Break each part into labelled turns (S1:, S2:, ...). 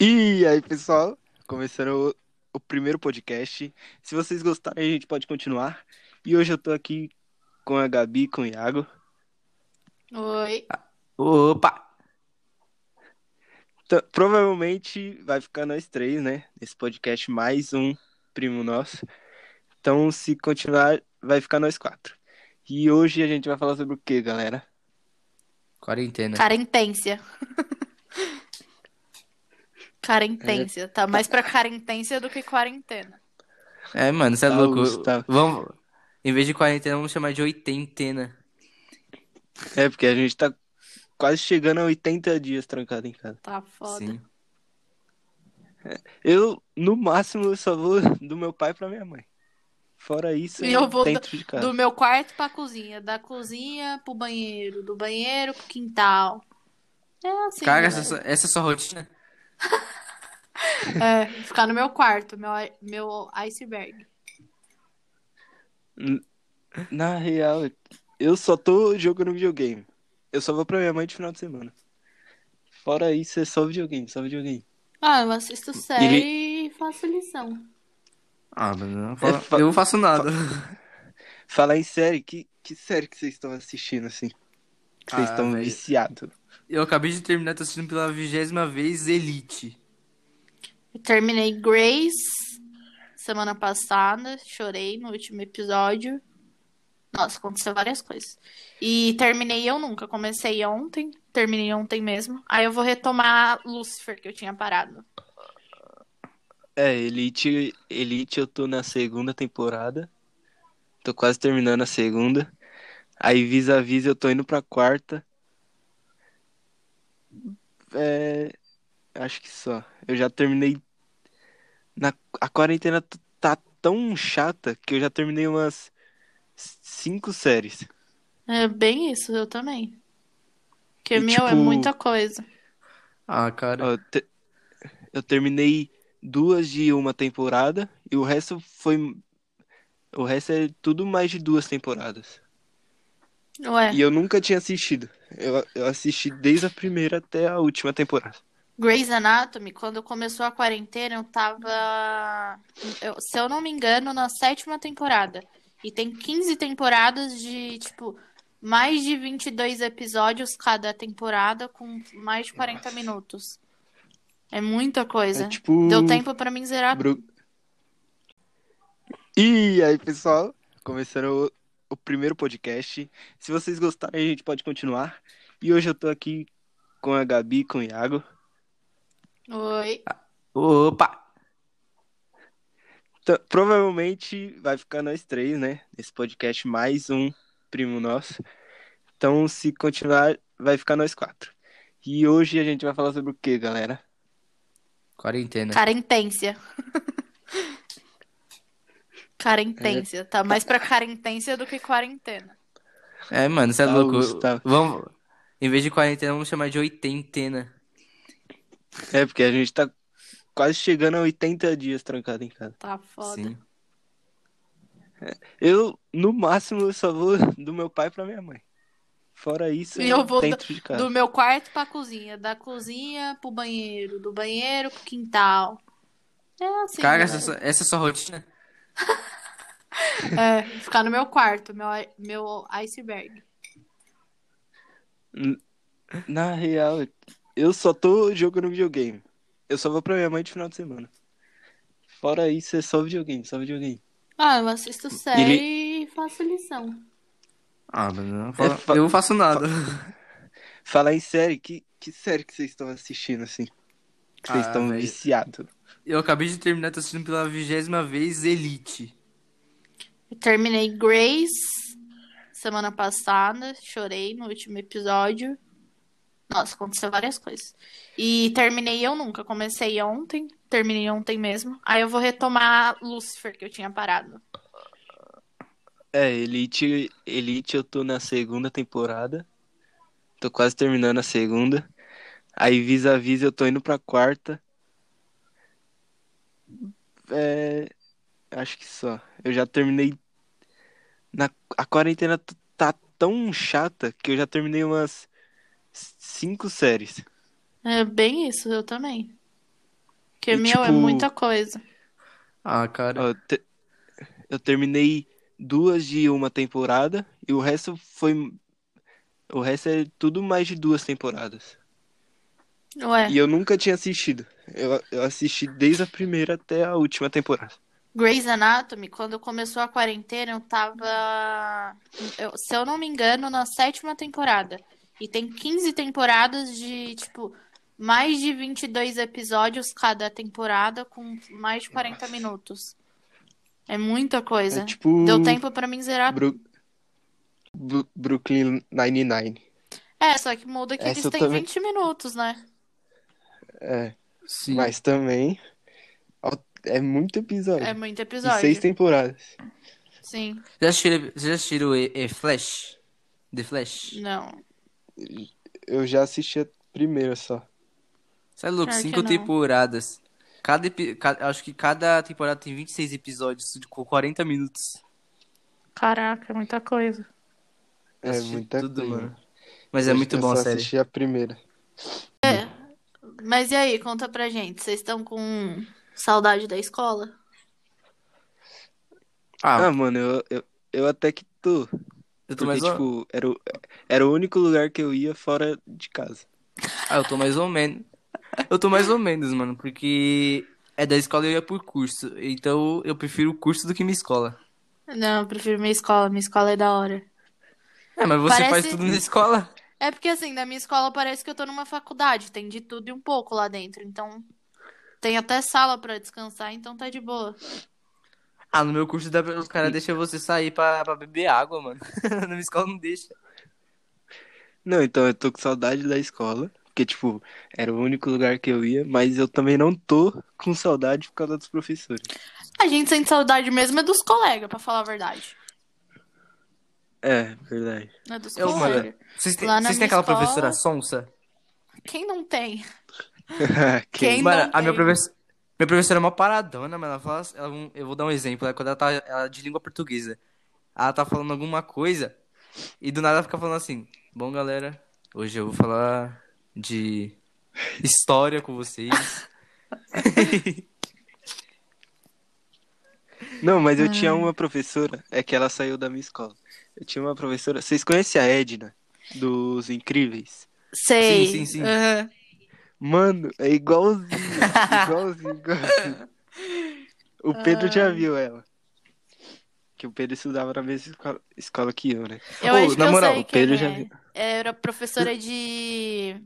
S1: E aí, pessoal, começando o, o primeiro podcast. Se vocês gostarem, a gente pode continuar. E hoje eu tô aqui com a Gabi, com o Iago.
S2: Oi.
S3: Opa!
S1: T- provavelmente vai ficar nós três, né? Nesse podcast, mais um primo nosso. Então, se continuar, vai ficar nós quatro. E hoje a gente vai falar sobre o que, galera?
S3: Quarentena.
S2: Carentência. Carentência. Tá mais pra carentência do que quarentena.
S3: É, mano, você é
S1: Tá,
S3: louco.
S1: Gustavo.
S3: Vamos. Em vez de quarentena, vamos chamar de oitentena.
S1: É, porque a gente tá quase chegando a 80 dias trancado em casa.
S2: Tá foda.
S3: Sim.
S1: Eu, no máximo, eu só vou do meu pai pra minha mãe. Fora isso,
S2: E
S1: eu
S2: eu vou
S1: dentro de casa.
S2: Do meu quarto pra cozinha. Da cozinha pro banheiro. Do banheiro pro quintal. É assim.
S3: Cara,
S2: galera.
S3: essa, essa é sua rotina.
S2: É, ficar no meu quarto, meu, meu iceberg.
S1: Na real, eu só tô jogando videogame. Eu só vou pra minha mãe de final de semana. Fora isso, é só videogame, só videogame.
S2: Ah, eu assisto série e faço lição.
S3: Ah, mano, eu não
S1: É, fa-
S3: falo- eu não faço nada.
S1: Falar em série, que, que série que vocês estão assistindo, assim? Que vocês
S3: Ah,
S1: estão
S3: velho.
S1: viciados.
S3: Eu acabei de terminar, tô assistindo pela vigésima vez Elite.
S2: Eu terminei Grace semana passada. Chorei no último episódio. Nossa, aconteceu várias coisas. E terminei eu nunca. Comecei ontem. Terminei ontem mesmo. Aí eu vou retomar Lucifer, que eu tinha parado.
S1: É, Elite, Elite eu tô na segunda temporada. Tô quase terminando a segunda. Aí vis-a-vis eu tô indo pra quarta. É, acho que só. Eu já terminei. Na, a quarentena t- tá tão chata que eu já terminei umas cinco séries.
S2: É bem isso, eu também. Porque,
S1: E,
S2: meu, é
S1: tipo,
S2: muita coisa.
S3: Ah, cara.
S1: Ó, eu te- eu terminei duas de uma temporada e o resto foi. O resto é tudo mais de duas temporadas.
S2: Ué,
S1: E eu nunca tinha assistido. Eu, eu assisti desde a primeira até a última temporada.
S2: Grey's Anatomy, quando começou a quarentena, eu tava. eu- se eu não me engano, na sétima temporada. E tem 15 temporadas de, tipo, mais de 22 episódios cada temporada, com mais de 40 minutos. É muita coisa.
S1: É tipo.
S2: Deu tempo pra mim zerar.
S1: Bru- E aí, pessoal? Começando o, o primeiro podcast. Se vocês gostarem, a gente pode continuar. E hoje eu tô aqui com a Gabi, com o Iago.
S2: Oi.
S3: Opa!
S1: T- Então, provavelmente vai ficar nós três, né? Nesse podcast, mais um primo nosso. Então, se continuar, vai ficar nós quatro. E hoje a gente vai falar sobre o que, galera? É.
S3: Quarentena.
S2: Carentência. Carentência. Tá mais pra carentência do que quarentena.
S3: É, mano, você é
S1: Tá,
S3: louco. eu-
S1: Gustavo.
S3: Vamos. Em vez de quarentena, vamos chamar de oitentena.
S1: É, porque a gente tá quase chegando a 80 dias trancado em casa.
S2: Tá foda.
S3: Sim.
S1: Eu, no máximo, eu só vou do meu pai pra minha mãe. Fora isso,
S2: E eu
S1: eu
S2: vou
S1: dentro de casa.
S2: Do meu quarto pra cozinha, da cozinha pro banheiro, do banheiro pro quintal. É assim.
S3: Cara,
S2: galera.
S3: essa, essa é sua rotina.
S2: É, ficar no meu quarto, meu, meu iceberg.
S1: Na real, eu só tô jogando videogame. Eu só vou pra minha mãe de final de semana. Fora isso, é só videogame, só videogame.
S2: Ah, eu assisto série e faço lição.
S3: Ah, mano, eu não falo-
S1: É fa-
S3: eu não faço nada.
S1: Falar em série, que, que série que vocês estão assistindo, assim? Que vocês
S3: Ah,
S1: estão
S3: velho.
S1: viciados.
S3: Eu acabei de terminar, tô assistindo pela vigésima vez Elite.
S2: Eu terminei Grace semana passada, chorei no último episódio. Nossa, aconteceu várias coisas. E terminei eu nunca, comecei ontem, terminei ontem mesmo. Aí eu vou retomar Lucifer, que eu tinha parado.
S1: É, Elite, Elite eu tô na segunda temporada. Tô quase terminando a segunda. Aí vis-a-vis eu tô indo pra quarta. É, acho que só. Eu já terminei. Na, a quarentena t- tá tão chata que eu já terminei umas cinco séries.
S2: É bem isso, eu também. Porque,
S1: E,
S2: meu, é
S1: tipo,
S2: muita coisa.
S3: Ah, cara.
S1: Ó, Eu, te- eu terminei duas de uma temporada e o resto foi. O resto é tudo mais de duas temporadas.
S2: Ué,
S1: E eu nunca tinha assistido. Eu, eu assisti desde a primeira até a última temporada.
S2: Grey's Anatomy, quando começou a quarentena, eu tava. eu- se eu não me engano, na sétima temporada. E tem 15 temporadas de, tipo, mais de 22 episódios cada temporada, com mais de 40 minutos. É muita
S1: É
S2: coisa.
S1: tipo.
S2: Deu tempo pra mim zerar.
S1: Bru- Bru- Brooklyn Nine-Nine.
S2: É, só que muda que
S1: Essa
S2: eles
S1: eu
S2: têm
S1: também-
S2: 20 minutos, né?
S1: É,
S3: Sim.
S1: mas também. ó, É muito episódio.
S2: É muito
S1: E seis
S2: episódio.
S1: temporadas.
S2: Sim,
S3: Já assistiram, já assistiram e, e Flash? The Flash?
S2: não.
S1: Eu já assisti a primeira só.
S3: Você é louco,
S2: Pior que
S3: cinco
S2: não.
S3: temporadas. Cada, epi- ca- acho que cada temporada tem 26 episódios de co- 40 minutos.
S2: Caraca, é muita coisa.
S3: Eu
S1: É
S3: assisti
S1: muita
S3: tudo,
S1: coisa.
S3: mano. Mas é
S1: Eu-
S3: muito
S1: eu
S3: bom a
S1: só
S3: série.
S1: assisti a primeira.
S2: Mas e aí, conta pra gente. Vocês estão com saudade da escola?
S1: Ah,
S3: Ah,
S1: mano, eu, eu, eu até que tô.
S3: eu tô
S1: Porque,
S3: mais ou...
S1: tipo, era o, era o único lugar que eu ia fora de casa.
S3: Ah, eu tô mais ou menos. Eu tô mais ou menos, mano, porque é da escola e eu ia por curso. Então eu prefiro o curso do que minha escola.
S2: Não, eu prefiro minha escola. Minha escola é da hora.
S3: É, mas você faz
S2: Parece-
S3: tudo na escola.
S2: É porque, assim, na minha escola parece que eu tô numa faculdade. Tem de tudo e um pouco lá dentro. Então, tem até sala pra descansar, então tá de boa.
S3: Ah, no meu curso dá pra- os caras deixam você sair pra, pra beber água, mano. na minha escola não deixa.
S1: Não, então eu tô com saudade da escola. Porque, tipo, era o único lugar que eu ia. Mas eu também não tô com saudade por causa dos professores.
S2: A gente sente saudade mesmo é dos colegas, pra falar a verdade.
S1: É, verdade.
S2: É dos
S3: Eu, mano,
S2: colegas.
S3: Vocês têm,
S2: Lá na
S3: vocês têm
S2: minha
S3: aquela
S2: escola-
S3: professora sonsa?
S2: Quem não tem?
S1: Quem?
S2: Quem
S3: Mano,
S2: não
S3: a minha
S2: tem?
S3: professora. Minha professora é uma paradona, mas ela fala. assim- ela- um- eu vou dar um exemplo. Ela, quando ela tá ela é de língua portuguesa, ela tá falando alguma coisa e do nada ela fica falando assim: Bom, galera, hoje eu vou falar de história com vocês.
S1: Não, mas eu tinha uma professora. É que ela saiu da minha escola. Eu tinha uma professora. Vocês conhecem a Edna? Dos Incríveis?
S2: Sei.
S3: Sim, sim, sim.
S2: Aham.
S1: Mano, é igualzinho. igualzinho, igualzinho. O Pedro já viu ela. Que o Pedro estudava na mesma escola, escola que eu, né?
S2: Eu
S3: Ô,
S2: acho que
S3: na
S2: eu
S3: moral,
S2: sei
S1: o Pedro
S2: quem
S1: já
S2: é.
S1: viu.
S2: Era professora de.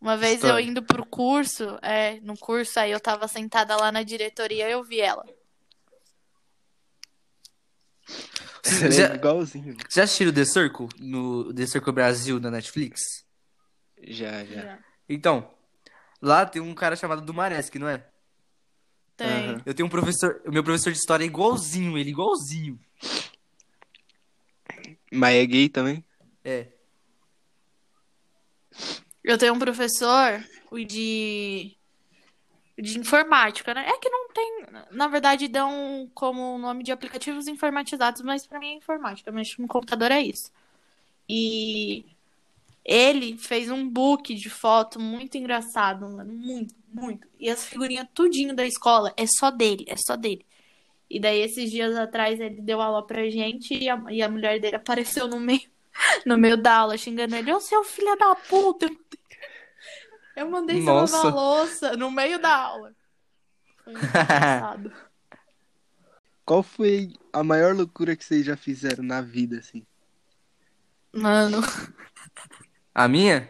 S2: Uma vez
S3: História.
S2: eu indo pro curso, é, no curso, aí eu tava sentada lá na diretoria eu vi ela.
S1: Era
S3: já,
S1: igualzinho.
S3: já assistiram The Circle? No The Circle Brasil na Netflix?
S1: Já, já.
S3: Então, lá tem um cara chamado Dumaresque, não é?
S2: Tem.
S1: Aham.
S3: Eu tenho um professor. O meu professor de história é igualzinho, ele igualzinho.
S1: Mas é gay também?
S3: É.
S2: Eu tenho um professor o de de informática, né? É que não tem, na verdade, dão como nome de aplicativos informatizados, mas pra mim é informática, mexer no computador é isso. E ele fez um book de foto muito engraçado, mano, muito, muito. E as figurinhas tudinho da escola é só dele, é só dele. E daí esses dias atrás ele deu aula pra gente e a, e a mulher dele apareceu no meio no meio da aula xingando ele, ô seu filho da puta, eu mandei você
S3: Nossa.
S2: lavar a louça no meio da aula. Foi muito engraçado.
S1: Qual foi a maior loucura que vocês já fizeram na vida, assim?
S2: Mano,
S3: A minha?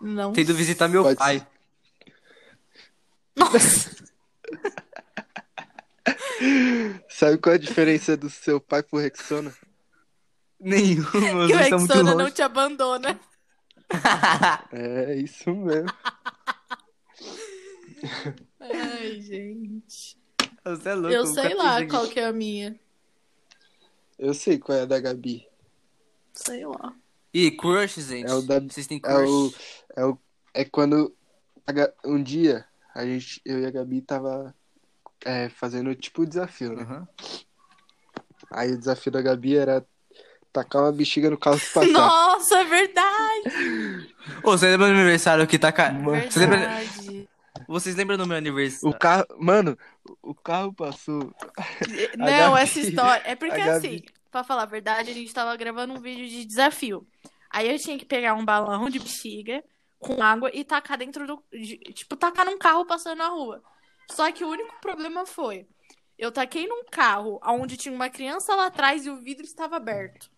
S2: não.
S3: Tendo visitar meu
S1: Pode
S3: pai.
S2: Nossa.
S1: Sabe qual é a diferença do seu pai pro Rexona?
S3: Nenhuma,
S2: Que o
S3: vocês estão muito
S2: Exona não
S3: longe.
S2: te abandona.
S1: É, isso mesmo.
S2: Ai, gente.
S3: Você é louco,
S2: Eu
S3: nunca
S2: sei lá
S3: fiz isso.
S2: qual que é a minha.
S1: Eu sei qual é a da Gabi.
S2: Sei lá.
S3: Ih, crush, gente.
S1: É o da-
S3: Vocês têm
S1: É o.
S3: crush?
S1: É, o, é quando. a Ga- um dia, a gente, eu e a Gabi tava é, fazendo tipo desafio, né?
S3: Aham.
S1: Aí o desafio da Gabi era tacar uma bexiga no carro que passar.
S2: Nossa, é verdade.
S3: Ô, você lembra do meu aniversário que taca...
S1: Mano.
S3: Você lembra...
S2: Verdade.
S3: Vocês lembram do meu aniversário?
S1: O carro. Mano, o carro passou.
S2: Não,
S1: Gabi-
S2: essa história. É porque
S1: a Gabi-
S2: assim, pra falar a verdade, a gente tava gravando um vídeo de desafio. Aí eu tinha que pegar um balão de bexiga com água e tacar dentro do. de- Tipo, tacar num carro passando na rua. Só que o único problema foi. Eu taquei num carro onde tinha uma criança lá atrás e o vidro estava aberto.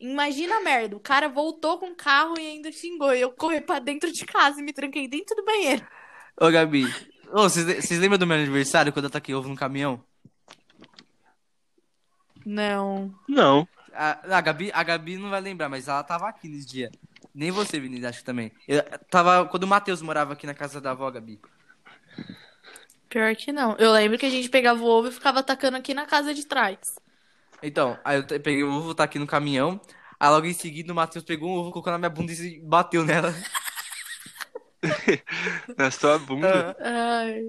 S2: Imagina a merda, o cara voltou com o carro e ainda xingou. E eu corri pra dentro de casa e me tranquei dentro do banheiro.
S3: Ô, Gabi. Ô, vocês le- vocês lembram do meu aniversário quando eu taquei ovo no caminhão?
S2: Não.
S1: Não.
S3: A, a Gabi, a Gabi não vai lembrar, mas ela tava aqui nesse dia. Nem você, Vinícius, acho que também. Eu tava quando o Matheus morava aqui na casa da avó, Gabi.
S2: Pior que não. Eu lembro que a gente pegava o ovo e ficava atacando aqui na casa de trás.
S3: Então, aí eu te- peguei o ovo, tá aqui no caminhão. Aí logo em seguida o Matheus pegou um ovo, colocou na minha bunda e se bateu nela.
S1: Na sua bunda.
S2: Ai.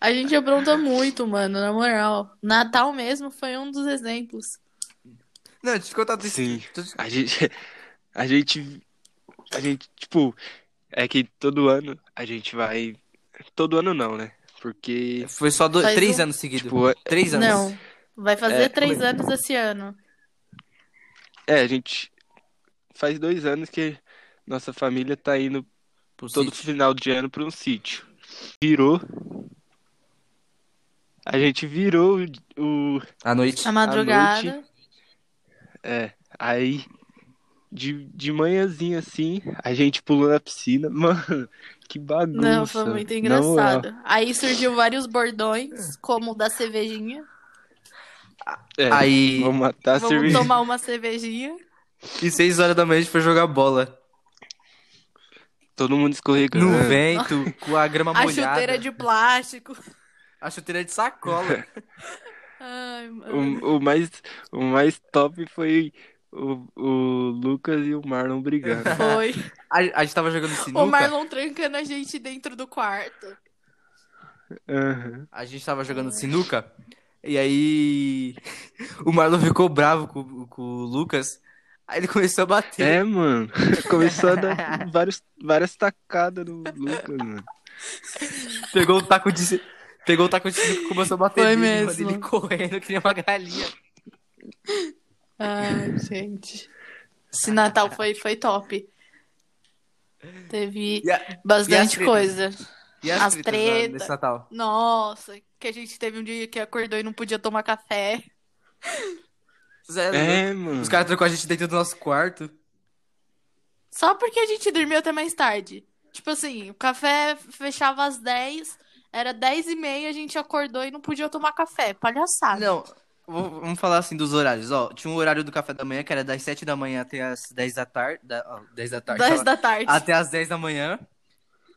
S2: A gente apronta muito, mano, na moral. Natal mesmo foi um dos exemplos.
S3: Não, deixa eu te contar do
S1: Sim. A gente. A gente. A gente, tipo. É que todo ano a gente vai. Todo ano não, né? Porque.
S3: Foi só dois,
S2: Faz
S3: três
S2: um-
S3: anos seguidos.
S1: Tipo, é-
S3: Três anos.
S2: Não. Vai fazer
S1: É,
S2: três anos esse ano.
S1: é, a gente. Faz dois anos que nossa família tá indo
S3: Pro
S1: todo
S3: sítio.
S1: final de ano pra um sítio. Virou. A gente virou o, o
S3: À noite.
S2: A madrugada.
S1: É, aí de, de manhãzinha assim, a gente pulou na piscina. Mano, que bagunça.
S2: Não, foi muito
S1: Na moral.
S3: é.
S2: engraçado. Aí surgiu vários bordões, como o da cervejinha.
S1: É,
S3: Aí.
S1: vamos matar a
S2: Vamos
S1: cerveja.
S2: tomar uma cervejinha.
S3: E seis horas da manhã a gente foi jogar bola.
S1: Todo mundo escorregando.
S3: No vento, com a grama
S2: A
S3: molhada.
S2: chuteira de plástico.
S3: A chuteira de sacola.
S2: Ai,
S3: Um
S2: mano.
S1: O, o mais, o mais top foi o, o Lucas e o Marlon brigando.
S2: Foi.
S3: A, a gente tava jogando sinuca.
S2: O Marlon trancando a gente dentro do quarto.
S1: Aham.
S3: A gente tava jogando sinuca. E aí. O Marlon ficou bravo com, com o Lucas. Aí ele começou a bater.
S1: É, mano. Começou a dar vários, várias tacadas no Lucas, mano.
S3: Pegou o taco de. si- Pegou o taco de sinuca e começou a bater
S2: Foi
S3: nele, mano.
S2: mesmo.
S3: Ele correndo, que nem uma galinha.
S2: Ai, gente. Esse Natal foi, foi top. Teve
S3: E, a- e as
S2: bastante
S3: tretas?
S2: coisa.
S3: e as,
S2: As
S3: tretas na-
S2: treta.
S3: nesse Natal?
S2: Nossa, que a gente teve um dia que acordou e não podia tomar café.
S3: Zé,
S1: É, mano.
S3: Os caras trocou a gente dentro do nosso quarto.
S2: Só porque a gente dormiu até mais tarde. Tipo assim, o café fechava às 10, era 10 e meia, a gente acordou e não podia tomar café. Palhaçada.
S3: Ah, Não, vou- vamos falar assim dos horários. Ó, tinha um horário do café da manhã que era das 7 da manhã até as 10 da tarde. Da, ó, 10 da tarde.
S2: 10
S3: ó,
S2: da tarde.
S3: Até as 10 da manhã.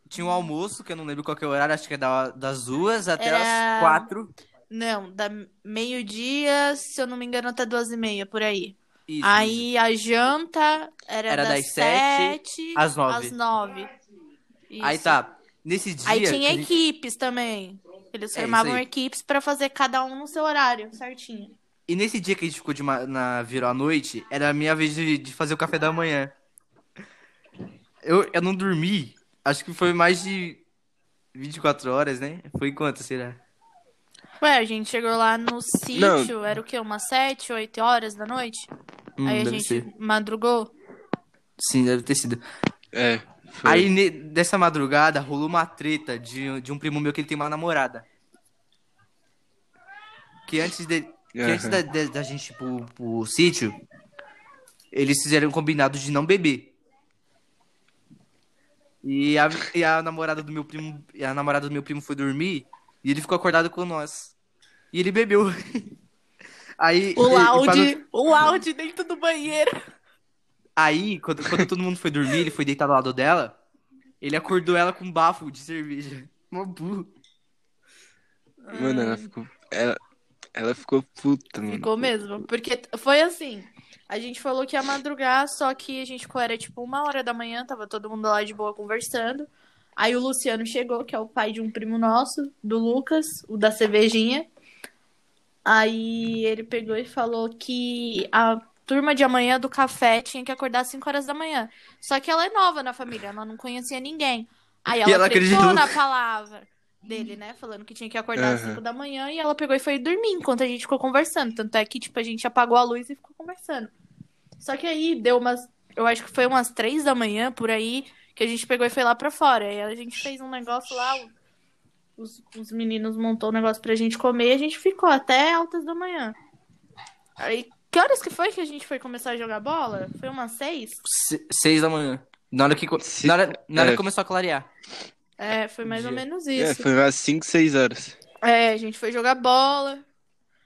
S3: Tinha um almoço, que eu não lembro qual que é o horário, acho que é da- das duas até
S2: Era-
S3: as quatro.
S2: Não, da meio-dia, se eu não me engano, até duas e meia, por aí.
S3: Isso, isso.
S2: Aí a janta era,
S3: Era
S2: das
S3: das sete
S2: sete
S3: às nove.
S2: às nove.
S3: Aí
S2: Isso.
S3: tá. Nesse dia.
S2: Aí
S3: que
S2: tinha
S3: a gente-
S2: equipes também. Eles
S3: É,
S2: formavam
S3: isso aí.
S2: equipes pra fazer cada um no seu horário, certinho.
S3: E nesse dia que a gente ficou de ma- na virou à noite, era a minha vez de, de fazer o café da manhã. Eu, eu não dormi, acho que foi mais de 24 horas, né? Foi quanto será?
S2: Ué, a gente chegou lá no sítio, era o quê? Umas sete, oito horas da noite?
S3: Hum,
S2: Aí a
S3: deve
S2: gente
S3: ser.
S2: madrugou.
S3: Sim, deve ter sido.
S1: É. foi.
S3: Aí ne- dessa madrugada rolou uma treta de, de um primo meu que ele tem uma namorada. Que antes, de, que
S1: Aham.
S3: antes da, da- da gente ir pro, pro sítio, eles fizeram um combinado de não beber. E a, e a namorada do meu primo. e a namorada do meu primo foi dormir e ele ficou acordado com nós. E ele bebeu. Aí,
S2: O
S3: e- e pra não-
S2: laude, o laude dentro do banheiro.
S3: Aí, quando, quando todo mundo foi dormir, ele foi deitar do lado dela. Ele acordou ela com um bafo de cerveja. Mó burro.
S1: Mano, ela ficou. Ela, ela ficou puta, mano.
S2: Ficou mesmo. Porque t- foi assim. A gente falou que ia madrugar, só que a gente ficou, era tipo uma hora da manhã, tava todo mundo lá de boa conversando. Aí o Luciano chegou, que é o pai de um primo nosso, do Lucas, o da cervejinha. Aí ele pegou e falou que a turma de amanhã do café tinha que acordar às 5 horas da manhã. Só que ela é nova na família, ela não conhecia ninguém. Aí
S3: E
S2: ela,
S3: ela
S2: acreditou
S3: acreditou.
S2: na palavra dele, né? Falando que tinha que acordar às
S1: Aham.
S2: 5 da manhã e ela pegou e foi dormir enquanto a gente ficou conversando. Tanto é que, tipo, a gente apagou a luz e ficou conversando. Só que aí deu umas. Eu acho que foi umas três da manhã por aí que a gente pegou e foi lá pra fora. Aí a gente fez um negócio lá, o- os, os meninos montou um negócio pra gente comer e a gente ficou até altas da manhã. Aí, que horas que foi que a gente foi começar a jogar bola? Foi umas seis?
S3: Se- Seis da manhã. Na hora que, co-
S1: Se-
S3: na hora, na hora
S1: é.
S3: que começou a clarear.
S2: É, foi mais ou
S3: Dia.
S2: menos
S1: É,
S2: isso.
S1: foi umas 5, 6 horas.
S2: É, a gente foi jogar bola.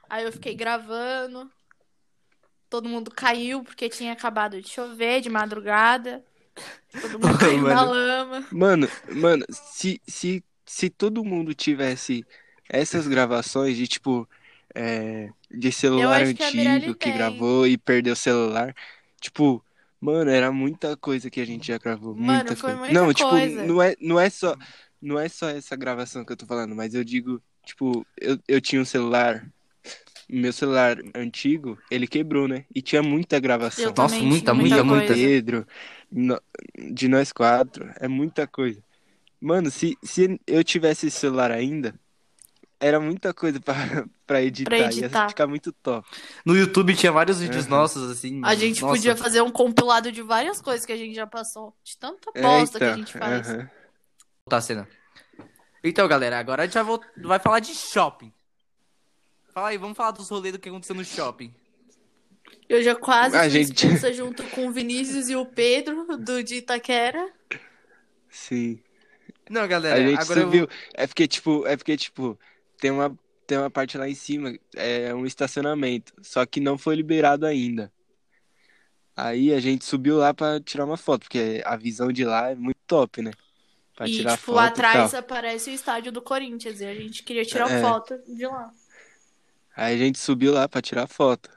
S2: Aí eu fiquei gravando. Todo mundo caiu porque tinha acabado de chover de madrugada. Todo mundo caiu na
S3: Mano.
S2: lama.
S1: Mano, mano, se, se, se todo mundo tivesse essas gravações de tipo é, de celular
S2: acho que é a
S1: antigo
S2: Mirelle
S1: que
S2: tem.
S1: gravou e perdeu o celular, tipo, mano, era muita coisa que a gente já gravou,
S2: Mano,
S1: muita
S2: foi
S1: coisa.
S2: muita
S1: Não, tipo,
S2: coisa.
S1: não é, não é só não é só essa gravação que eu tô falando, mas eu digo, tipo, eu, eu tinha um celular, meu celular antigo, ele quebrou, né? E tinha muita gravação.
S2: Eu também
S3: muita,
S2: tinha
S1: Muita,
S3: muita,
S1: muita.
S2: coisa.
S1: Pedro, no- de nós quatro, é muita coisa. Mano, se, se eu tivesse esse celular ainda, era muita coisa pra, pra editar.
S2: Pra editar.
S1: Ia ficar muito top.
S3: No YouTube tinha vários vídeos
S1: Uhum.
S3: nossos, assim.
S2: A gente
S3: nossa.
S2: podia fazer um compilado de várias coisas que a gente já passou. De tanta
S1: É,
S2: bosta que a
S1: então,
S2: gente faz.
S1: aham.
S3: voltar a cena. Então, galera, agora a gente vai, vol- vai falar de shopping. Fala aí, vamos falar dos rolês do que aconteceu no shopping.
S2: Eu já quase
S1: A
S2: fui
S1: gente-
S2: expulsa junto com o Vinícius e o Pedro do de Itaquera.
S1: Sim.
S3: Não,
S1: A
S3: galera,
S1: gente
S3: agora
S1: subiu.
S3: eu vou...
S1: É porque, tipo, é porque, tipo, tem uma, tem uma parte lá em cima, é um estacionamento. Só que não foi liberado ainda. Aí a gente subiu lá pra tirar uma foto, porque a visão de lá é muito top, né? Pra
S2: E,
S1: tirar
S2: tipo,
S1: foto. e tal.
S2: atrás aparece o estádio do Corinthians. E a gente queria tirar
S1: É.
S2: foto de lá.
S1: Aí a gente subiu lá pra tirar foto.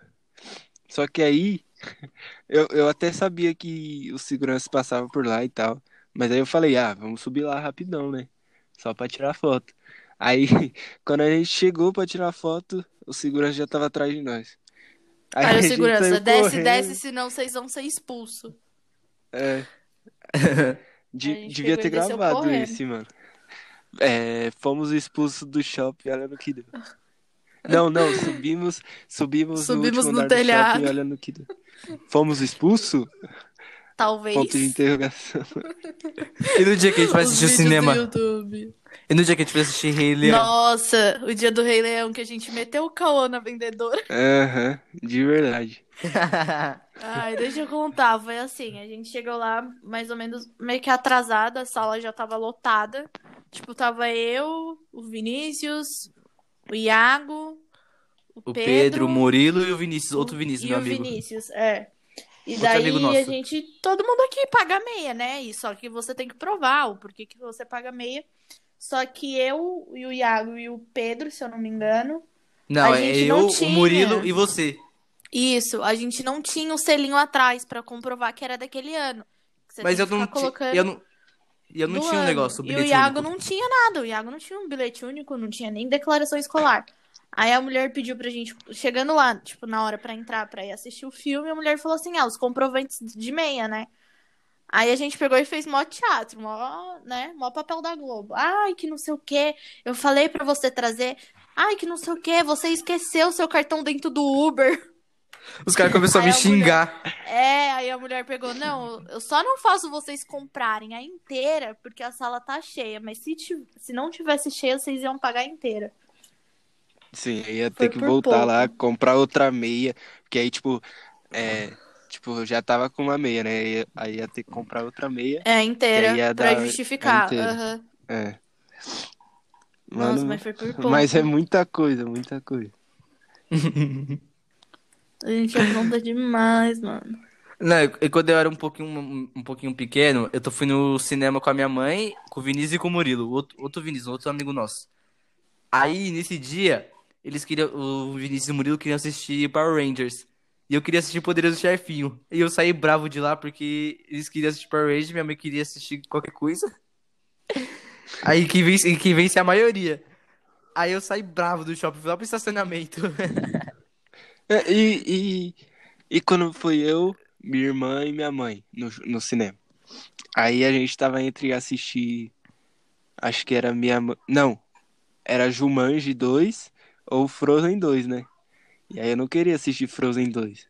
S1: Só que aí eu, eu até sabia que o segurança passava por lá e tal. Mas aí eu falei, ah, vamos subir lá rapidão, né? Só pra tirar foto. Aí, quando a gente chegou pra tirar foto, o segurança já tava atrás de nós.
S2: Aí
S1: a
S2: o
S1: gente
S2: segurança,
S1: saiu
S2: desce,
S1: correndo.
S2: desce, senão vocês vão ser expulso.
S1: É. De-
S2: A gente
S1: devia
S2: pegou
S1: ter
S2: e desceu
S1: gravado
S2: correndo.
S1: isso, mano. É, fomos expulsos do shopping, olha no que deu. Não, não, subimos, subimos,
S2: Subimos
S1: no, último
S2: no
S1: andar do
S2: telhado.
S1: shopping, olha no que deu. Fomos expulsos?
S2: Talvez.
S1: Ponto de interrogação.
S3: E no dia que a gente vai assistir o
S2: Os vídeos
S3: cinema?
S2: do YouTube.
S3: E no dia que a gente vai assistir Rei Leão?
S2: Nossa, o dia do Rei Leão que a gente meteu o caô na vendedora.
S1: Aham, de verdade.
S2: Ai, deixa eu contar. Foi assim, a gente chegou lá mais ou menos meio que atrasada, a sala já tava lotada. Tipo, tava eu, o Vinícius, o Iago, o,
S3: o Pedro, o Murilo e o Vinícius, outro Vinícius,
S2: e
S3: meu
S2: o
S3: amigo.
S2: Vinícius, é. E
S3: Outro
S2: daí
S3: amigo
S2: a
S3: nosso.
S2: gente, todo mundo aqui paga meia, né? E só que você tem que provar o porquê que você paga meia. Só que eu e o Iago e o Pedro, se eu não me engano.
S3: Não,
S2: A
S3: é
S2: gente
S3: eu,
S2: não
S3: o
S2: tinha. Então,
S3: Murilo e você.
S2: Isso, a gente não tinha o selinho atrás pra comprovar que era daquele ano. Você
S3: Mas
S2: tem
S3: eu
S2: que
S3: não,
S2: ficar
S3: ti-
S2: colocando
S3: eu não eu não
S2: do
S3: tinha um
S2: ano. E
S3: negócio, o
S2: o
S3: bilhete
S2: Iago
S3: único.
S2: não tinha nada. O Iago não tinha um bilhete único, não tinha nem declaração escolar. Aí a mulher pediu pra gente, chegando lá, tipo, na hora pra entrar, pra ir assistir o filme, a mulher falou assim: ah, os comprovantes de meia, né? Aí a gente pegou e fez mó teatro, mó, né? Mó papel da Globo. Ai, que não sei o quê. Eu falei pra você trazer. Ai, que não sei o quê. Você esqueceu seu cartão dentro do Uber.
S3: Os caras começaram a
S2: Aí
S3: me
S2: a mulher-
S3: xingar.
S2: É, aí a mulher pegou, não, eu só não faço vocês comprarem a inteira, porque a sala tá cheia, mas se, ti- se não tivesse cheia, vocês iam pagar a inteira.
S1: Sim, aí ia
S2: Foi
S1: ter que
S2: por
S1: voltar
S2: pouco.
S1: lá, comprar outra meia. Porque aí, tipo, é, tipo, eu já tava com uma meia, né? Aí, aí ia ter que comprar outra meia.
S2: É,
S1: E aí ia
S2: inteira, pra
S1: dar a
S2: justificar.
S1: inteira.
S2: aham.
S1: É.
S2: Nossa,
S1: Mano,
S2: mas foi por pouco.
S1: mas é muita coisa, muita coisa.
S2: A gente é pronta demais, mano.
S3: Não, e quando eu era um pouquinho, um, um pouquinho pequeno, eu tô, fui no cinema com a minha mãe, com o Vinícius e com o Murilo, o outro, outro Vinícius, um outro amigo nosso. Aí, nesse dia, eles queriam, o Vinícius e o Murilo queriam assistir Power Rangers. E eu queria assistir Poderoso Chefinho. E eu saí bravo de lá porque eles queriam assistir Power Rangers, minha mãe queria assistir qualquer coisa. Aí quem vence, e quem vence é a maioria. Aí eu saí bravo do shopping, fui lá pro estacionamento.
S1: É, e, e, e quando foi eu, minha irmã e minha mãe no, no cinema. Aí a gente tava entre assistir Acho que era minha. Ma- Não. Era Jumanji 2 ou Frozen 2, né? E aí eu não queria assistir Frozen 2.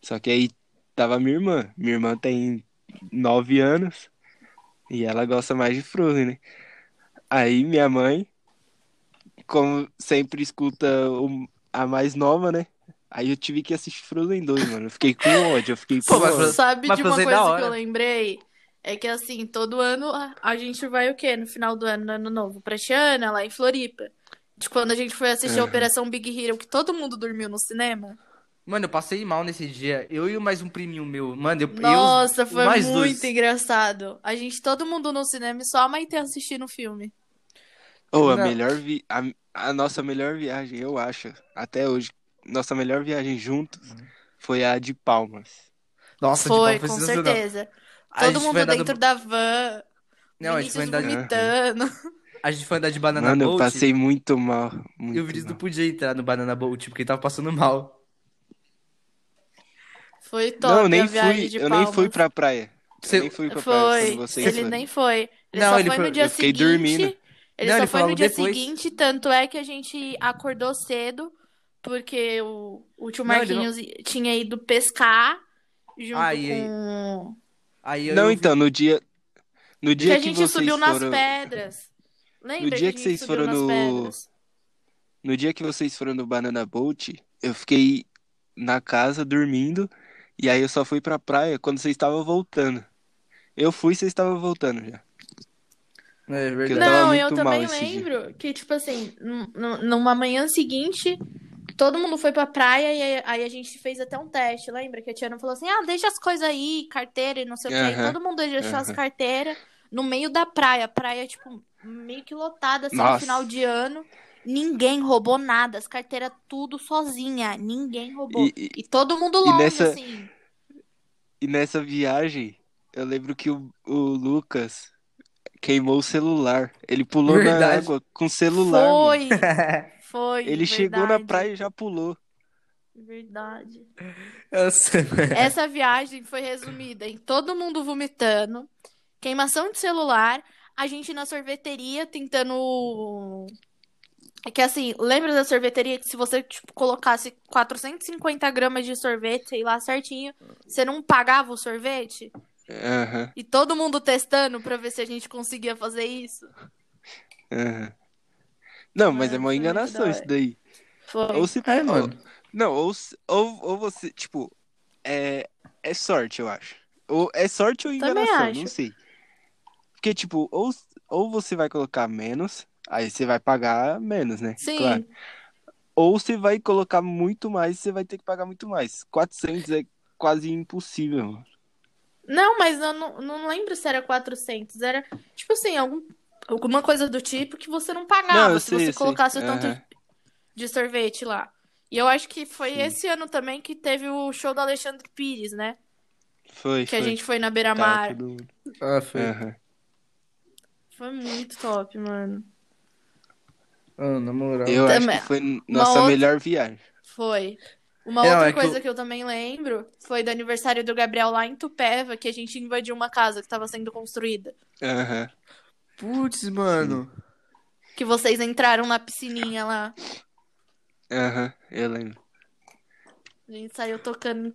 S1: Só que aí tava minha irmã. Minha irmã tem 9 anos. E ela gosta mais de Frozen, né? Aí minha mãe, como sempre escuta o- a mais nova, né? Aí eu tive que assistir Frozen 2, mano. Eu fiquei com ódio, eu fiquei com
S3: Pô, mas
S1: ódio.
S3: Frozen-
S2: Sabe
S3: mas
S2: de uma
S3: Frozen é
S2: coisa
S3: da
S2: que
S3: hora.
S2: eu lembrei? É que assim, todo ano a- a gente vai o quê? No final do ano, no ano novo, pra Tiana, lá em Floripa. De quando a gente foi assistir a
S1: Aham.
S2: Operação Big Hero, que todo mundo dormiu no cinema.
S3: Mano, eu passei mal nesse dia. Eu e mais um priminho meu. Mano, eu. eu-
S2: Nossa, foi
S3: mais
S2: muito
S3: dois.
S2: engraçado. A gente, todo mundo no cinema e só a Maite assistindo o filme.
S1: Ou a
S3: Não.
S1: melhor vi... a, a nossa melhor viagem, eu acho, até hoje, nossa melhor viagem juntos
S2: Uhum.
S1: foi a de Palmas.
S3: Nossa,
S2: foi,
S3: de pau,
S2: com
S3: sensacional.
S2: certeza.
S3: A gente
S2: Todo
S3: foi
S2: mundo
S3: andar do-
S2: dentro da van,
S3: Não, a gente
S2: Vinícius
S3: foi andar de,
S2: vomitando.
S3: a gente foi andar de banana
S1: Mano, eu
S3: boat.
S1: passei muito mal, muito
S3: E o Vinícius não
S1: mal.
S3: podia entrar no Banana Boat porque ele tava passando mal.
S2: Foi
S1: Não,
S2: top
S1: eu
S2: a
S1: nem
S2: viagem
S1: fui,
S2: de
S1: eu nem fui
S2: Palmas.
S1: pra praia.
S3: Você-
S1: Eu nem fui pra praia
S2: Foi,
S1: quando vocês
S2: ele
S1: foram.
S2: nem foi. Ele
S3: Não,
S2: só
S3: ele
S2: foi
S3: foi-
S2: no dia
S1: eu fiquei
S2: seguinte.
S1: dormindo.
S2: Ele
S3: Não,
S2: só
S3: ele foi
S2: foi no
S3: logo
S2: dia
S3: depois.
S2: seguinte, tanto é que a gente acordou cedo, porque o, o tio
S3: Não, ele não-
S2: Marquinhos tinha ido pescar junto
S3: Ah, e aí?
S2: com.
S3: Aí eu
S1: Não,
S3: eu vi-
S1: então, no dia no
S2: Que
S1: dia
S2: a
S1: que,
S2: gente
S1: vocês
S2: subiu nas
S1: foram,
S2: pedras. Lembra
S1: dia que
S2: a gente
S1: vocês
S2: subiu
S1: foram
S2: nas
S1: no-
S2: pedras?
S1: no dia que vocês foram no Banana Boat, eu fiquei na casa dormindo e aí eu só fui pra praia quando vocês estavam voltando. Eu fui, vocês estavam voltando já.
S3: É
S1: Eu
S3: verdade.
S1: tava
S2: Não, eu
S1: muito mal
S2: também
S1: esse dia.
S2: lembro que, tipo assim, num- num- numa manhã seguinte, todo mundo foi pra praia e aí, aí a gente fez até um teste, lembra? Que a Tiana falou assim, ah, deixa as coisas aí, carteira e não sei o que. E
S1: Aham,
S2: todo mundo deixou as
S1: aham.
S2: carteiras no meio da praia. A Praia, tipo, meio que lotada, assim, no
S1: Nossa.
S2: final de ano. Ninguém roubou nada, as carteiras tudo sozinha. Ninguém roubou.
S1: E- e-
S2: E todo mundo longe,
S1: nessa-
S2: assim.
S1: E nessa viagem, eu lembro que o, o Lucas queimou o celular. Ele pulou na
S3: Verdade.
S1: água com o celular. mano.
S2: Foi, foi,
S1: Ele chegou na
S2: verdade,
S1: praia e já pulou.
S2: Verdade.
S3: Eu sei.
S1: É.
S2: Essa viagem foi resumida em todo mundo vomitando, queimação de celular, a gente na sorveteria tentando. É que assim, lembra da sorveteria que se você tipo, colocasse 450 gramas de sorvete, sei lá, certinho, você não pagava o sorvete?
S1: Aham,
S2: E todo mundo testando pra ver se a gente conseguia fazer isso?
S1: aham. Não, mas é
S2: Mano,
S1: uma
S2: foi muito da
S1: enganação isso
S2: hora.
S1: daí.
S2: Foi.
S1: Ou se.
S3: É,
S1: ou-
S3: mano.
S1: não, ou, se- ou, ou você. Tipo, é, é sorte, eu acho. Ou é sorte ou
S2: Também
S1: enganação, não
S2: acho.
S1: sei. Porque, tipo, ou, ou você vai colocar menos, aí você vai pagar menos, né?
S2: Sim.
S1: Claro. Ou você vai colocar muito mais, você vai ter que pagar muito mais. 400 é quase impossível. mano.
S2: Não, mas eu não, não lembro se era 400. Era, tipo assim, algum, alguma coisa do tipo que você não pagava
S1: Não, eu
S2: se
S1: sei,
S2: você
S1: eu sei.
S2: colocasse o tanto
S1: Aham.
S2: de sorvete lá. E eu acho que foi
S1: Sim.
S2: esse ano também que teve o show do Alexandre Pires, né?
S1: Foi,
S2: Que a
S1: foi.
S2: gente foi na
S1: Tava
S2: Beira-Mar.
S1: todo mundo.
S3: Ah, foi.
S1: Aham.
S2: Foi muito top, mano.
S3: Ah, na moral.
S1: Eu
S2: Também.
S1: acho que foi nossa
S2: outra-
S1: melhor viagem.
S2: Foi. Uma
S3: Não,
S2: outra
S3: é que
S2: coisa
S3: eu-
S2: que eu também lembro foi do aniversário do Gabriel lá em Tupéva, que a gente invadiu uma casa que estava sendo construída.
S1: Aham.
S3: Putz, mano.
S2: Que vocês entraram na piscininha lá.
S1: Aham. Eu lembro.
S2: A gente saiu tocando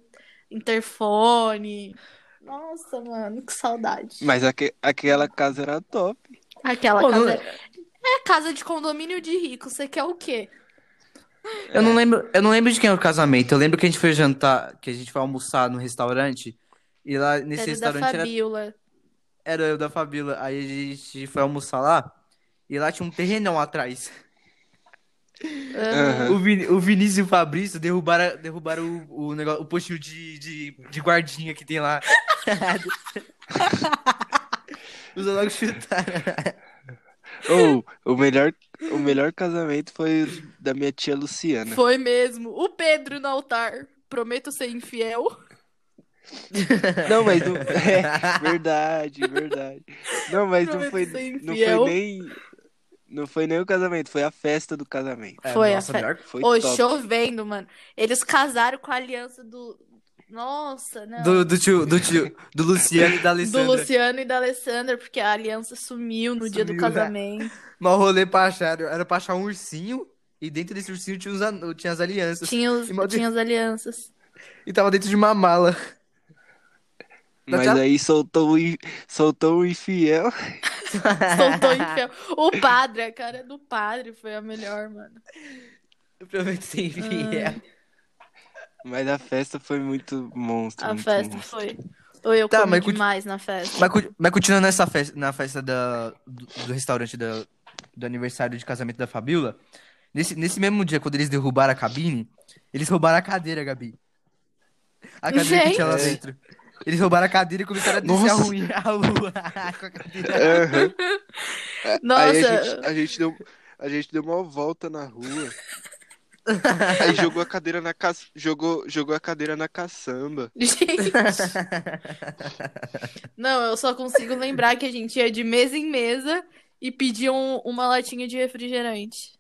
S2: interfone. Nossa, mano, que saudade.
S1: Mas aque- aquela casa era top.
S2: Aquela
S3: Pô, não-
S2: casa. É casa de condomínio de rico, você quer o quê?
S3: Eu
S1: É.
S3: não lembro, eu não lembro de quem era o casamento. Eu lembro que a gente foi jantar, que a gente foi almoçar no restaurante. E lá nesse
S2: Era da
S3: restaurante era,
S2: Fabiola.
S3: era eu da Fabíola. Aí a gente foi almoçar lá. E lá tinha um terrenão atrás.
S2: Aham.
S1: Aham.
S3: O, Vin, o Vinícius e o Fabrício derrubaram, derrubaram o, o, negócio, o postinho de, de, de guardinha que tem lá. Os logo chutaram.
S1: Ou o melhor, o melhor casamento foi o da minha tia
S3: né?
S1: Luciana.
S2: Foi mesmo. O Pedro no altar. Prometo ser infiel.
S1: Não, mas não. É, verdade, verdade. Não, mas não
S2: Prometo
S1: foi,
S2: ser
S1: não
S2: infiel.
S1: foi nem. Não foi nem o casamento, foi a festa do casamento.
S2: Foi a
S3: nossa,
S2: fe-
S3: melhor
S1: Foi
S2: Ô,
S1: top.
S2: chovendo, mano. Eles casaram com a aliança do, Nossa, não.
S3: Do, do tio, do tio, do Luciano e da
S2: Do
S3: Alessandra.
S2: Luciano e da Alessandra, porque a aliança sumiu no dia do
S3: Sumiu, né?
S2: casamento.
S3: Mas o rolê pra achar, era pra achar um ursinho, e dentro desse ursinho tinha, os an- tinha as alianças.
S2: Tinha, os-
S3: E mal-
S2: tinha as alianças.
S3: E tava dentro de uma mala.
S1: Mas
S3: Tchau.
S1: aí soltou o, in- soltou o infiel.
S2: Soltou infiel. O padre, a cara do padre foi a melhor, mano.
S3: Eu prometo sem
S2: Ah.
S3: fiel.
S1: Mas a festa foi muito monstro.
S2: A
S1: muito
S2: festa
S1: monstro.
S2: foi. Ou eu
S3: Tá,
S2: comi
S3: mas continu-
S2: demais na festa.
S3: Mas, cu- mas continuando nessa festa, na festa da, do, do restaurante da, do aniversário de casamento da Fabiola, nesse, nesse mesmo dia, quando eles derrubaram a cabine, eles roubaram a cadeira, Gabi. A cadeira que tinha lá
S1: Gente.
S3: dentro. Eles roubaram a cadeira e começaram a descer a,
S1: Nossa.
S3: ruim, a lua com a cadeira.
S1: Aham.
S2: Nossa,
S1: Aí a gente, a gente deu. A gente deu uma volta na rua. aí jogou a cadeira na ca... jogou, jogou a cadeira na caçamba.
S2: gente. Não, eu só consigo lembrar que a gente ia de mesa em mesa e pedia um- uma latinha de refrigerante.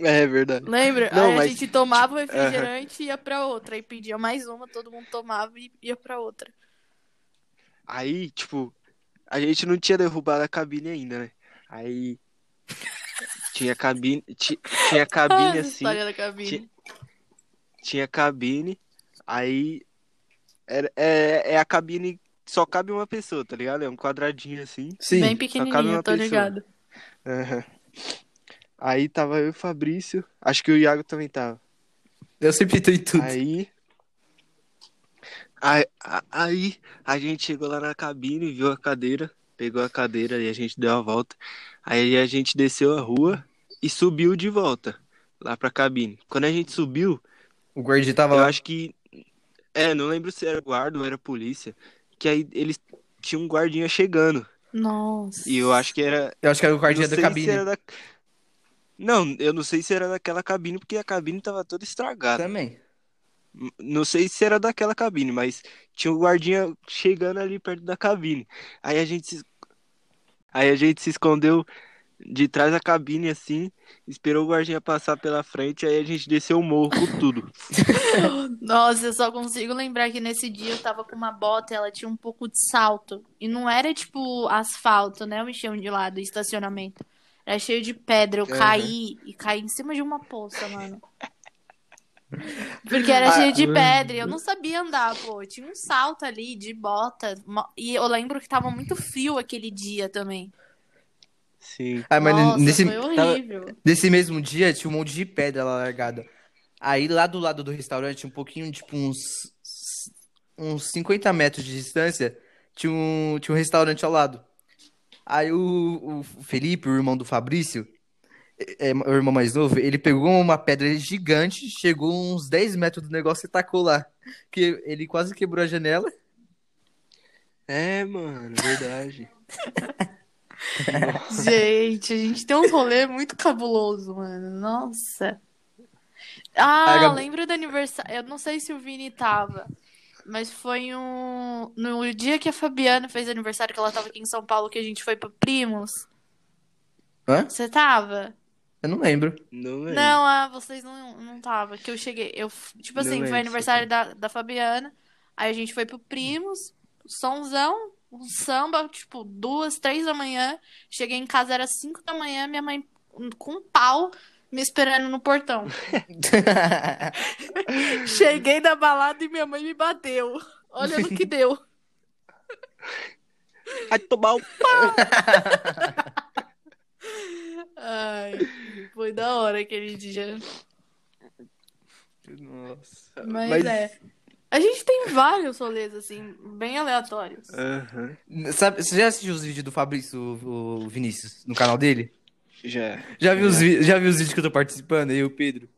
S1: É verdade.
S2: Lembra?
S1: Não,
S2: Aí a
S1: mas-
S2: gente tomava o refrigerante e ia pra outra. Aí pedia mais uma, todo mundo tomava e ia pra outra.
S1: Aí, tipo, a gente não tinha derrubado a cabine ainda, né? Aí tinha cabine, ti- tinha
S2: Ah,
S1: cabine
S2: essa
S1: assim,
S2: história da cabine.
S1: tinha cabine. Aí era, é, é a cabine que só cabe uma pessoa, tá ligado? É um quadradinho assim.
S2: Bem
S3: Sim.
S1: só cabe
S2: pequenininho,
S1: uma
S2: tô
S1: pessoa.
S2: ligado.
S1: Aham. Aí tava eu e o Fabrício, acho que o Iago também tava.
S3: Eu sempre tô em tudo.
S1: Aí aí, a- aí a gente chegou lá na cabine, viu a cadeira, pegou a cadeira e a gente deu a volta. Aí a gente desceu a rua e subiu de volta lá pra cabine. Quando a gente subiu,
S3: O guardi tava
S1: eu
S3: lá.
S1: acho que é, não lembro se era guarda ou era polícia, que aí eles tinham um guardinha chegando.
S2: Nossa.
S1: E eu acho que era
S3: Eu acho que era o guardiã
S1: não
S3: da
S1: sei
S3: cabine.
S1: se era da- Não, eu não sei se era daquela cabine, porque a cabine tava toda estragada.
S3: Também.
S1: N- Não sei se era daquela cabine, mas tinha um guardinha chegando ali perto da cabine. Aí a gente se... Aí a gente se escondeu de trás da cabine assim, esperou o guardinha passar pela frente, aí a gente desceu o morro com tudo.
S2: Nossa, eu só consigo lembrar que nesse dia eu tava com uma bota e ela tinha um pouco de salto. E não era tipo asfalto, né? O chão de lado, estacionamento. Era cheio de pedra. Eu
S1: Aham.
S2: caí e caí em cima de uma poça, mano. Porque era
S1: Ah,
S2: cheio de pedra. e Eu não sabia andar, pô. Tinha um salto ali de bota. mo- E eu lembro que tava muito frio aquele dia também.
S1: Sim.
S3: Ah, mas
S2: Nossa,
S3: nesse,
S2: foi
S3: tava-
S2: horrível.
S3: Nesse mesmo dia tinha um monte de pedra lá largada. Aí lá do lado do restaurante, um pouquinho, tipo uns, uns 50 metros de distância, tinha um, tinha um restaurante ao lado. Aí o, o Felipe, o irmão do Fabrício, é, é, o irmão mais novo, ele pegou uma pedra gigante, chegou uns 10 metros do negócio e tacou lá. Que ele quase quebrou a janela.
S1: É, mano, verdade.
S2: Gente, a gente tem um rolê muito cabuloso, mano. Nossa. Ah,
S3: Ai, Gabi-
S2: lembro do aniversário. Eu não sei se o Vini tava, mas foi um... no dia que a Fabiana fez aniversário, que ela tava aqui em São Paulo, que a gente foi pra Primos.
S3: Hã?
S2: Você tava?
S3: Eu não lembro.
S1: Não é.
S2: Não, ah, vocês não, não tava. Que eu cheguei. Eu, f- tipo
S1: Não
S2: assim,
S1: lembro
S2: foi aniversário da, da Fabiana. Aí a gente foi pro Primos, somzão, um samba, tipo, duas, três da manhã. Cheguei em casa, era cinco da manhã, minha mãe com um pau me esperando no portão. cheguei da balada e minha mãe me bateu. Olha no que deu.
S1: Ai, tomar o...
S2: Ai, foi da hora aquele dia.
S3: Nossa.
S2: Mas, é. A gente tem vários rolês, assim, bem aleatórios.
S1: Aham,
S3: Sabe, você já assistiu os vídeos do Fabrício, o, o Vinícius, no canal dele?
S1: já.
S3: Já viu, os, vi- já viu os vídeos que eu tô participando aí, o Pedro?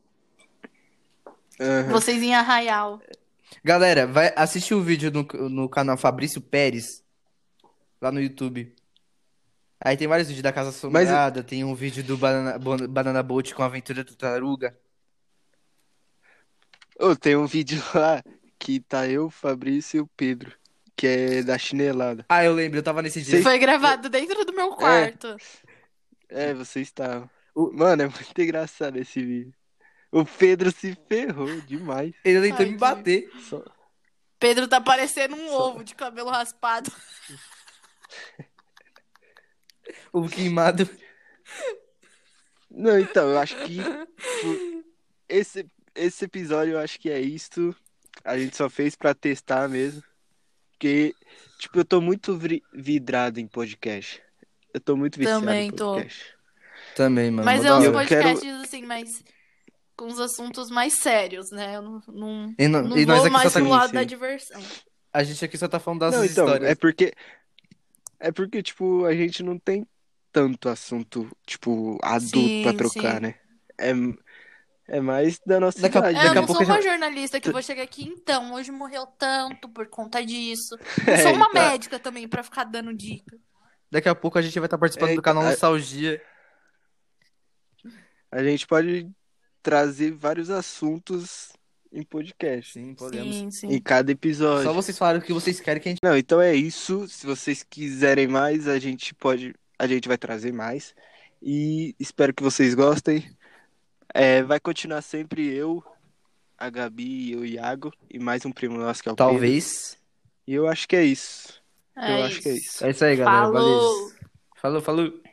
S1: Aham.
S2: Vocês em Arraial.
S3: Galera, vai assistir o vídeo no, no canal Fabrício Pérez, lá no YouTube. Aí tem vários vídeos da Casa Assombrada, tem um vídeo do Banana, Bon- Banana Boat com a aventura do Taruga.
S1: Ô, tem um vídeo lá que tá eu, o Fabrício e o Pedro, que é da chinelada.
S3: Ah, eu lembro, eu tava nesse dia.
S2: Foi gravado dentro do meu quarto.
S1: É, vocês estavam.
S3: O-
S1: Mano, é muito engraçado esse vídeo. O Pedro se ferrou demais.
S3: Ele tentou
S2: Tadinho.
S3: me bater.
S1: Só-
S2: Pedro tá parecendo um
S1: Só-
S2: ovo de cabelo raspado.
S3: O queimado.
S1: Não, então, eu acho que tipo, esse, esse episódio eu acho que é isto. A gente só fez pra testar mesmo. Porque, tipo, eu tô muito vri- vidrado em podcast. Eu tô muito viciado
S2: Também
S1: em
S2: tô.
S1: podcast.
S3: Também, mano.
S2: Mas
S3: mó
S2: é
S3: da
S2: uns
S1: eu
S3: hora.
S2: podcasts assim, mas com os assuntos mais sérios, né? Eu não, não,
S3: E, não-
S2: não
S3: e nós
S2: vou
S3: aqui só
S2: mais
S3: tá.
S2: pro
S1: sim,
S2: lado
S1: sim.
S2: da diversão.
S3: A gente aqui só tá falando das
S1: Não, então,
S3: histórias.
S1: é porque. É porque, tipo, a gente não tem tanto assunto, tipo, adulto
S2: Sim,
S1: pra trocar,
S2: sim.
S1: né? É, é mais da nossa
S3: Daqui a-
S1: idade. né?
S2: É, eu
S3: daqui a
S2: não
S3: pouco
S2: sou
S3: a gente-
S2: uma jornalista que vou chegar aqui, então, hoje morreu tanto por conta disso. Eu sou uma
S1: então.
S2: médica também pra ficar dando dica.
S3: Daqui a pouco a gente vai estar participando
S1: É,
S3: do canal
S1: a-
S3: Nostalgia.
S1: A gente pode trazer vários assuntos em podcast,
S3: Sim,
S2: Sim,
S1: em
S2: sim.
S1: cada episódio.
S3: Só vocês falaram o que vocês querem que a gente.
S1: Não, então é isso. Se vocês quiserem mais, a gente pode, a gente vai trazer mais. E espero que vocês gostem. É, vai continuar sempre eu, a Gabi e o Iago e mais um primo nosso que é o Pedro.
S3: Talvez.
S1: E eu acho que é isso.
S2: É
S1: eu acho que é isso.
S3: É isso aí, galera.
S2: Falou!
S3: Valeu. Falou, falou.